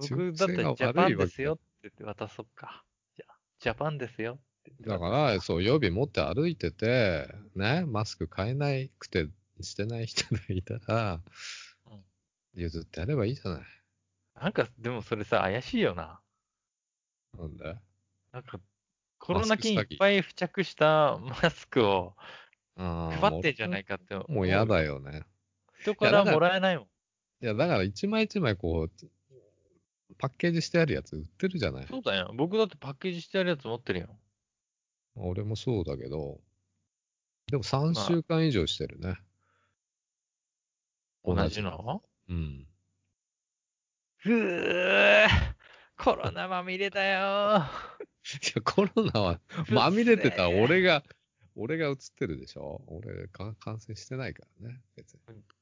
Speaker 1: 中
Speaker 2: 僕
Speaker 1: 国
Speaker 2: だった
Speaker 1: 製が
Speaker 2: ら
Speaker 1: 悪いわけ
Speaker 2: ジャパンですよって言って渡そっか。じゃジャパンですよって言
Speaker 1: だ
Speaker 2: って
Speaker 1: か
Speaker 2: 渡
Speaker 1: ら、そう、予備持って歩いてて、ね、マスク買えないくて、してない人がいたら
Speaker 2: うん、
Speaker 1: 譲ってやればいいじゃない。
Speaker 2: なんか、でもそれさ、怪しいよな。
Speaker 1: なんで
Speaker 2: なんか、コロナ菌い
Speaker 1: マス
Speaker 2: っ
Speaker 1: ク詐欺
Speaker 2: ぱい付着したマスクを
Speaker 1: あー
Speaker 2: 配ってんじゃないかって思。
Speaker 1: もう嫌。だよね。
Speaker 2: 人からもらえないもん。
Speaker 1: いや、だから一枚一枚こう、パッケージしてあるやつ売ってるじゃない。
Speaker 2: そうだよ。僕だってパッケージしてあるやつ持ってるよ。
Speaker 1: 俺もそうだけど、でも3週間以上してるね。
Speaker 2: 同じの
Speaker 1: うん。
Speaker 2: ふぅコロナまみれだ
Speaker 1: い
Speaker 2: よ
Speaker 1: や、コロナは (laughs)
Speaker 2: ー
Speaker 1: まみれてた俺が、俺が映ってるでしょ俺か感染してないからね、別に。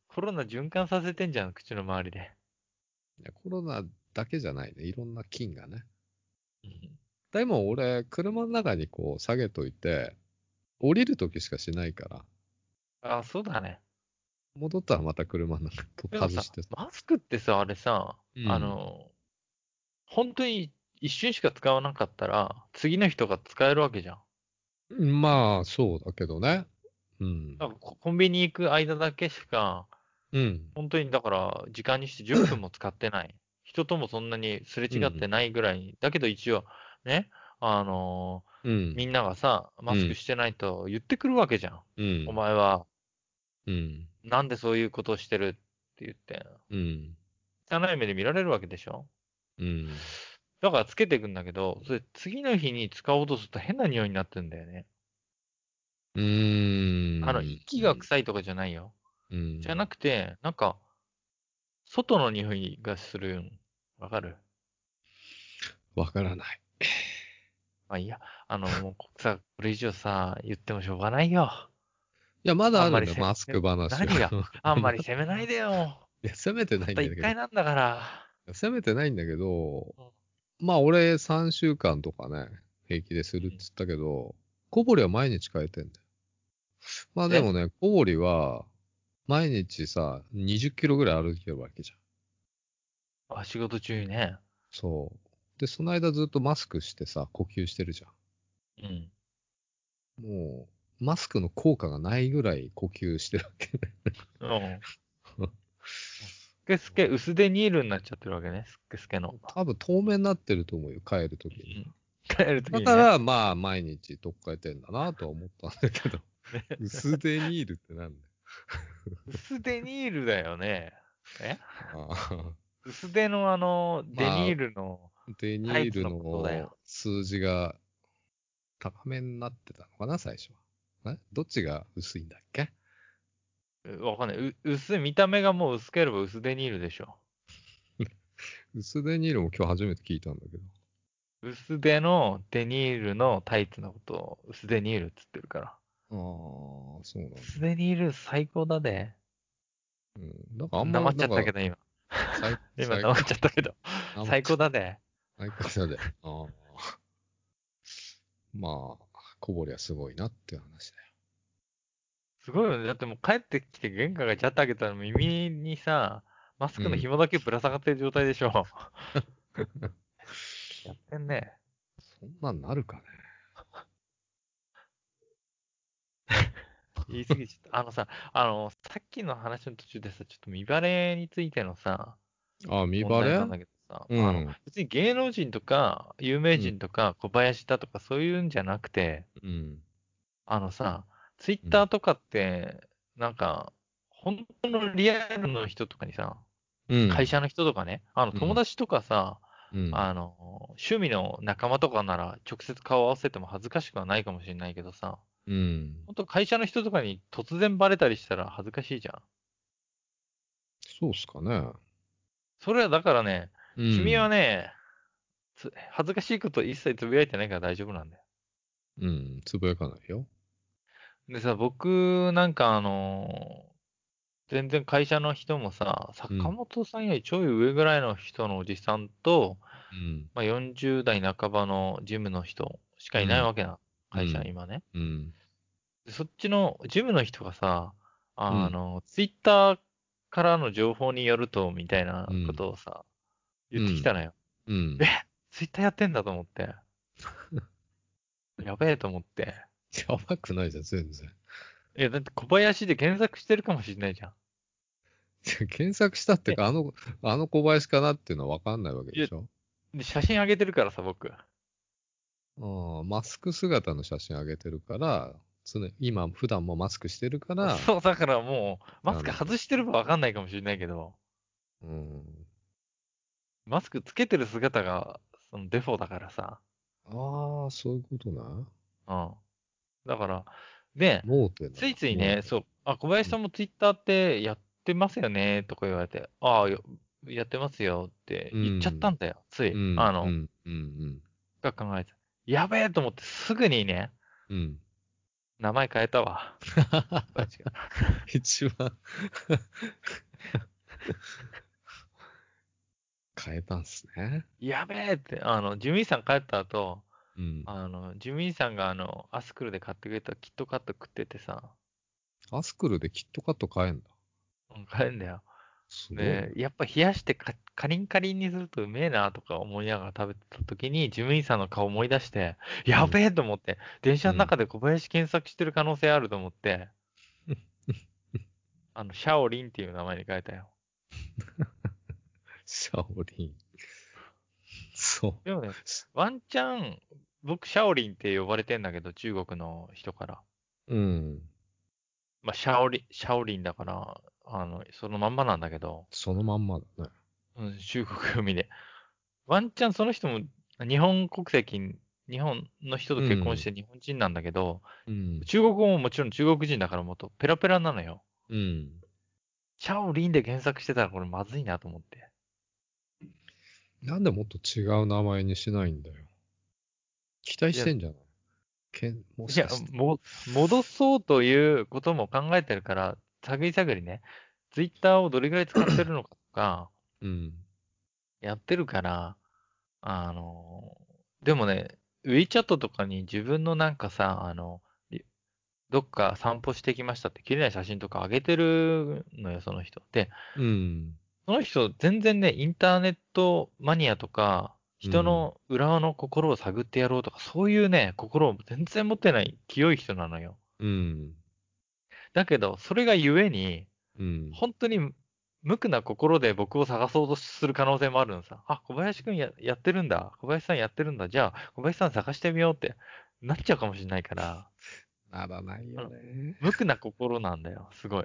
Speaker 2: コロナ循環させてんじゃん、口の周りで。
Speaker 1: いや、コロナだけじゃないね。いろんな菌がね。でも俺、車の中にこう下げといて、降りるときしかしないから、
Speaker 2: あ、そうだね。
Speaker 1: 戻ったらまた車の中と
Speaker 2: でも
Speaker 1: 外
Speaker 2: さ
Speaker 1: して、
Speaker 2: マスクってさ、あれさ、
Speaker 1: うん
Speaker 2: あの、本当に一瞬しか使わなかったら、次の人が使えるわけじゃん。
Speaker 1: まあ、そうだけどね。うん
Speaker 2: な。んかココンビニ行く間だけしか、
Speaker 1: うん。
Speaker 2: 本当にだから、時間にして10分も使っ
Speaker 1: (laughs)
Speaker 2: てない。人ともそんなにすれ違ってないぐらいに。だけど一応、ね、あの
Speaker 1: う
Speaker 2: ー
Speaker 1: ん。
Speaker 2: みんながさ、マスクしてないと言ってくるわけじゃん。
Speaker 1: うん
Speaker 2: お。前は、
Speaker 1: うん。
Speaker 2: なんでそういうことをしてるって言って、
Speaker 1: うん。
Speaker 2: 汚い目で見られるわけでしょ
Speaker 1: うん。
Speaker 2: だからつけていくんだけど、それ次の日に使おうとすると変な匂いになってんだよね。
Speaker 1: うーん。
Speaker 2: あの、息が臭いとかじゃないよ。
Speaker 1: うん。
Speaker 2: じゃなくて、なんか、外の匂いがするん。わかる
Speaker 1: わからない。
Speaker 2: まあいいや、あの、もうさ、これ以上さ、言ってもしょうがないよ。
Speaker 1: (laughs) いや、まだあ
Speaker 2: あんま
Speaker 1: る
Speaker 2: り
Speaker 1: ね、
Speaker 2: せ
Speaker 1: マスク話は。
Speaker 2: 何が
Speaker 1: い
Speaker 2: あんまり責めないでよ。
Speaker 1: や、責めてな
Speaker 2: た
Speaker 1: い
Speaker 2: っ
Speaker 1: んだ
Speaker 2: た一
Speaker 1: け
Speaker 2: 回
Speaker 1: ど。
Speaker 2: なんだから。
Speaker 1: 責めてないんだけど、まあ、俺3週間とかね、平気でするっつったけど、小堀は毎日変えてんだよ。まあでもね、小堀は、毎日さ、20キロぐらい歩けるわけじゃん。
Speaker 2: あ、仕事中にね。
Speaker 1: そう。で、その間ずっとマスクしてさ、呼吸してるじゃん。
Speaker 2: うん。
Speaker 1: もう、マスクの効果がないぐらい呼吸してるわけね。
Speaker 2: (laughs) うん。すっけすけ、薄手ニールになっちゃってるわけね。すっけすけの。
Speaker 1: 多分透明になってると思うよ、帰るときに。
Speaker 2: 帰るとき
Speaker 1: だ
Speaker 2: に、ね。
Speaker 1: から、まあ、毎日どっかやってんだなとは思ったんだけ
Speaker 2: (laughs)
Speaker 1: ど、薄手ニールってなんだよ。
Speaker 2: 薄手ニールだよね。え
Speaker 1: あ
Speaker 2: (laughs) 薄手のあの、デ
Speaker 1: まあ
Speaker 2: ニールの、
Speaker 1: ーデニール
Speaker 2: タイツのことだ
Speaker 1: の
Speaker 2: よ
Speaker 1: 数字が高めになってたのかな、最初は。えどっちが薄いんだっけ
Speaker 2: うわかんない。う薄い、見た目がもう薄ければ薄手ニールでしょ。
Speaker 1: 薄手ニールも今日初めて聞いたんだけど。
Speaker 2: 薄手のデニールのタイツのことを薄手ニールっつってるから。
Speaker 1: ああ、そうなんだ。
Speaker 2: 薄手ニール最高だで。
Speaker 1: うん。なんかあんま
Speaker 2: 黙っちゃったけ
Speaker 1: ど、
Speaker 2: ど今。
Speaker 1: 最
Speaker 2: (laughs) 今
Speaker 1: 最
Speaker 2: 黙っちゃったけど。
Speaker 1: 高
Speaker 2: 最高だで。
Speaker 1: 相方で。あーまあ、こぼりはすごいなっていう話だよ。
Speaker 2: すごいよね。だってもう帰ってきて玄関がジャッと開けたら耳にさ、マスクの紐だけぶら下がってる状態
Speaker 1: (laughs)
Speaker 2: でしょ。やってんね。
Speaker 1: そんなんなるかね。
Speaker 2: 言い過ぎちゃった。あのさ、あの、さっきの話の途中でさ、ちょっと見バレについてのさ、
Speaker 1: あー、見
Speaker 2: 問
Speaker 1: バ
Speaker 2: 題
Speaker 1: レ
Speaker 2: なんだけどさ、
Speaker 1: う
Speaker 2: あの
Speaker 1: ん。
Speaker 2: 別に芸能人とか、有名人とか、小林だとかそういうんじゃなくて、
Speaker 1: うん。
Speaker 2: あのさ、ツイッターとかって、なんか、本当のリアルの人とかに
Speaker 1: う
Speaker 2: さ、
Speaker 1: ん
Speaker 2: 会社の人とかね、あの
Speaker 1: うん
Speaker 2: 友達とかさ、
Speaker 1: うん。
Speaker 2: あの、趣味の仲間とかなら直接顔合わせても恥ずかしくはないかもしれないけどさ、
Speaker 1: うん。
Speaker 2: 本当会社の人とかに突然バレたりしたら恥ずかしいじゃん。
Speaker 1: そうっすかね。
Speaker 2: それはだからね、
Speaker 1: うん
Speaker 2: 君は。ね、つ恥ずかしいこと一切つぶやいてないから大丈夫なんだよ。
Speaker 1: うん。つぶやかないよ。
Speaker 2: でさ、僕なんかあのー全然会社の人もさ、
Speaker 1: うん
Speaker 2: 坂本さんよりちょい上ぐらいの人のおじさんと、
Speaker 1: うん。
Speaker 2: まあ、40代半ばのジムの人しかいないわけな、会社
Speaker 1: うん
Speaker 2: 今ね。
Speaker 1: うん。
Speaker 2: でそっちのジムの人がさ、あの、ツイッターからの情報によると、みたいなことをさ、
Speaker 1: うん
Speaker 2: 言ってきたのよ。
Speaker 1: うん。
Speaker 2: えツイッターやってんだと
Speaker 1: (laughs)
Speaker 2: 思って。やべえと思って。
Speaker 1: やばくないじゃん、全然。 (laughs)
Speaker 2: いや、だって小林で検索してるかもしれないじゃん。
Speaker 1: 検索したってか、あの、あの小林かなっていうのはわかんないわけでしょ。
Speaker 2: で、写真上げてるからさ、僕。
Speaker 1: うん。マスク姿の写真上げてるから、常に今、普段もマスクしてるから、
Speaker 2: そう、だからもう、マスク
Speaker 1: なるほ
Speaker 2: 外してればわかんないかもしれないけど、
Speaker 1: うん。
Speaker 2: マスクつけてる姿が、そのデフォだからさ。
Speaker 1: ああ、そういうことな。
Speaker 2: うん。だから、で、
Speaker 1: 盲点だ
Speaker 2: ついついね、そう、あ、小林さんもツイッターってやってますよね、とか言われて、ああ、よやってますよって言っちゃったんだよ、つい。
Speaker 1: うん
Speaker 2: あ
Speaker 1: う
Speaker 2: の、
Speaker 1: ん、うん、
Speaker 2: が考えて。やべえと思ってすぐにね、
Speaker 1: うん。うん。
Speaker 2: 名前変え
Speaker 1: (laughs)
Speaker 2: たわ。
Speaker 1: 一番変えたんすね。
Speaker 2: やべえって、あの、ジミーさん帰った後、
Speaker 1: うん。
Speaker 2: あの、ジミーさんがあの、アスクルで買ってくれたキットカット食っててさ、
Speaker 1: アスクルでキットカット買えんだ。
Speaker 2: うん買えんだよ。
Speaker 1: すごい。
Speaker 2: で、やっぱ冷やしてかカリンカリンにするとうめえなとか思いながら食べてた時に、事務員さんの顔思い出して、やべえと思って、電車の中で小林検索してる可能性あると思って、あの、シャオリンっていう名前に変えたよ。
Speaker 1: シャオリン。そう。
Speaker 2: でもね、ワンチャン、僕、シャオリンって呼ばれてんだけど、中国の人から。
Speaker 1: うん。
Speaker 2: まあ、シャオリン、シャオリンだから、あの、そのまんまなんだけど、
Speaker 1: そのまんまだね。
Speaker 2: うん、中国読みで。ワンチャンその人も日本国籍、日本の人と結婚して日本人なんだけど、
Speaker 1: うん。
Speaker 2: 中国語ももちろん中国人だからもっとペラペラなのよ。
Speaker 1: うん。
Speaker 2: チャオリンで検索してたらこれまずいなと思って。
Speaker 1: なんでもっと違う名前にしないんだよ。期待してんじゃないけんも
Speaker 2: い
Speaker 1: し
Speaker 2: や
Speaker 1: かして、。
Speaker 2: も、戻そうということも考えてるから、探り探りね、ツイッターをどれぐらい使ってるのかとか、
Speaker 1: うん。
Speaker 2: やってるから、あの、でもね、WeChat とかに自分のなんかさ、あの、いどっか散歩してきましたって綺麗な写真とか上げてるのよ、その人。で、
Speaker 1: うん。
Speaker 2: その人全然ね、インターネットマニアとか、人の裏の心を探ってやろうとか、そういうね、心を全然持ってない清い人なのよ。
Speaker 1: うん。
Speaker 2: だけど、それがゆえに、
Speaker 1: うん。
Speaker 2: 本当に無垢な心で僕を探そうとする可能性もあるのさ。あ、小林くんややってるんだ。小林さんやってるんだ。じゃあ、小林さん探してみようってなっちゃうかもしれないから、
Speaker 1: ならないよね。
Speaker 2: 無垢な心なんだよ。すごい。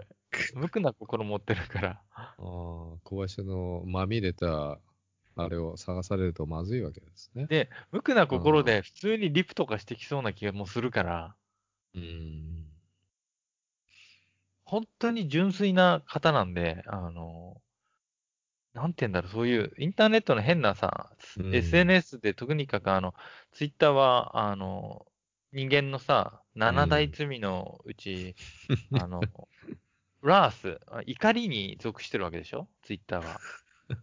Speaker 2: 無垢な心持ってるから。
Speaker 1: ああ、小林のまみれた、あれを探されるとまずいわけですね。
Speaker 2: で、無垢な心で普通にリプとかしてきそうな気がもうするから、
Speaker 1: うん。
Speaker 2: 本当に純粋な方なんで、あの、なんて言うんだろう、そういうインターネットの変なさ、
Speaker 1: うん
Speaker 2: SNS で特にかくあの、ツイッターは、あの、人間のさ、七大罪のうち、あの、ラース、あ怒りに属してるわけでしょツイッターは。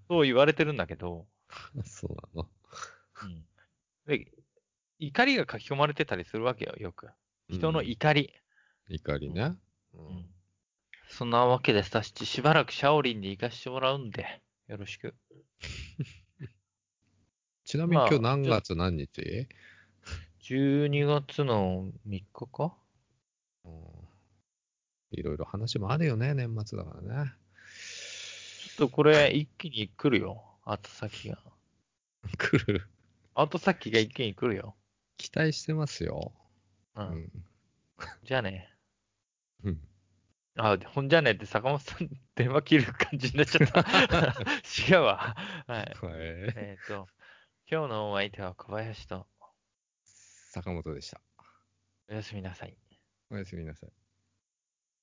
Speaker 2: そう言われてるんだけど、
Speaker 1: そうなの。
Speaker 2: うんで怒りが書き込まれてたりするわけよ、よく。人の
Speaker 1: うん
Speaker 2: 怒り。
Speaker 1: 怒りね。う
Speaker 2: うん。そんなわけで、タッチ、しばらくシャオリンに行かしてもらうんで、よろしく。
Speaker 1: ちなみに
Speaker 2: まあ
Speaker 1: 今日何月何日、
Speaker 2: 12月の3日か
Speaker 1: うん、いろいろ話もあるよね、年末だからね。 (laughs)
Speaker 2: ちょっとこれ、一気に来るよ。後先が。
Speaker 1: 来る。
Speaker 2: 後先が一気に来るよ。
Speaker 1: 期待してますよ。
Speaker 2: う。
Speaker 1: うんん。
Speaker 2: じゃあね。
Speaker 1: うん。
Speaker 2: あ、ほんじゃあねって坂本さん、電話切る感じにな
Speaker 1: (laughs)
Speaker 2: っちゃった。違うわ。はい。
Speaker 1: はい。
Speaker 2: えっ、と、今日のお相手は小林と、
Speaker 1: 坂本でした。
Speaker 2: おやすみなさい。
Speaker 1: おやすみなさい。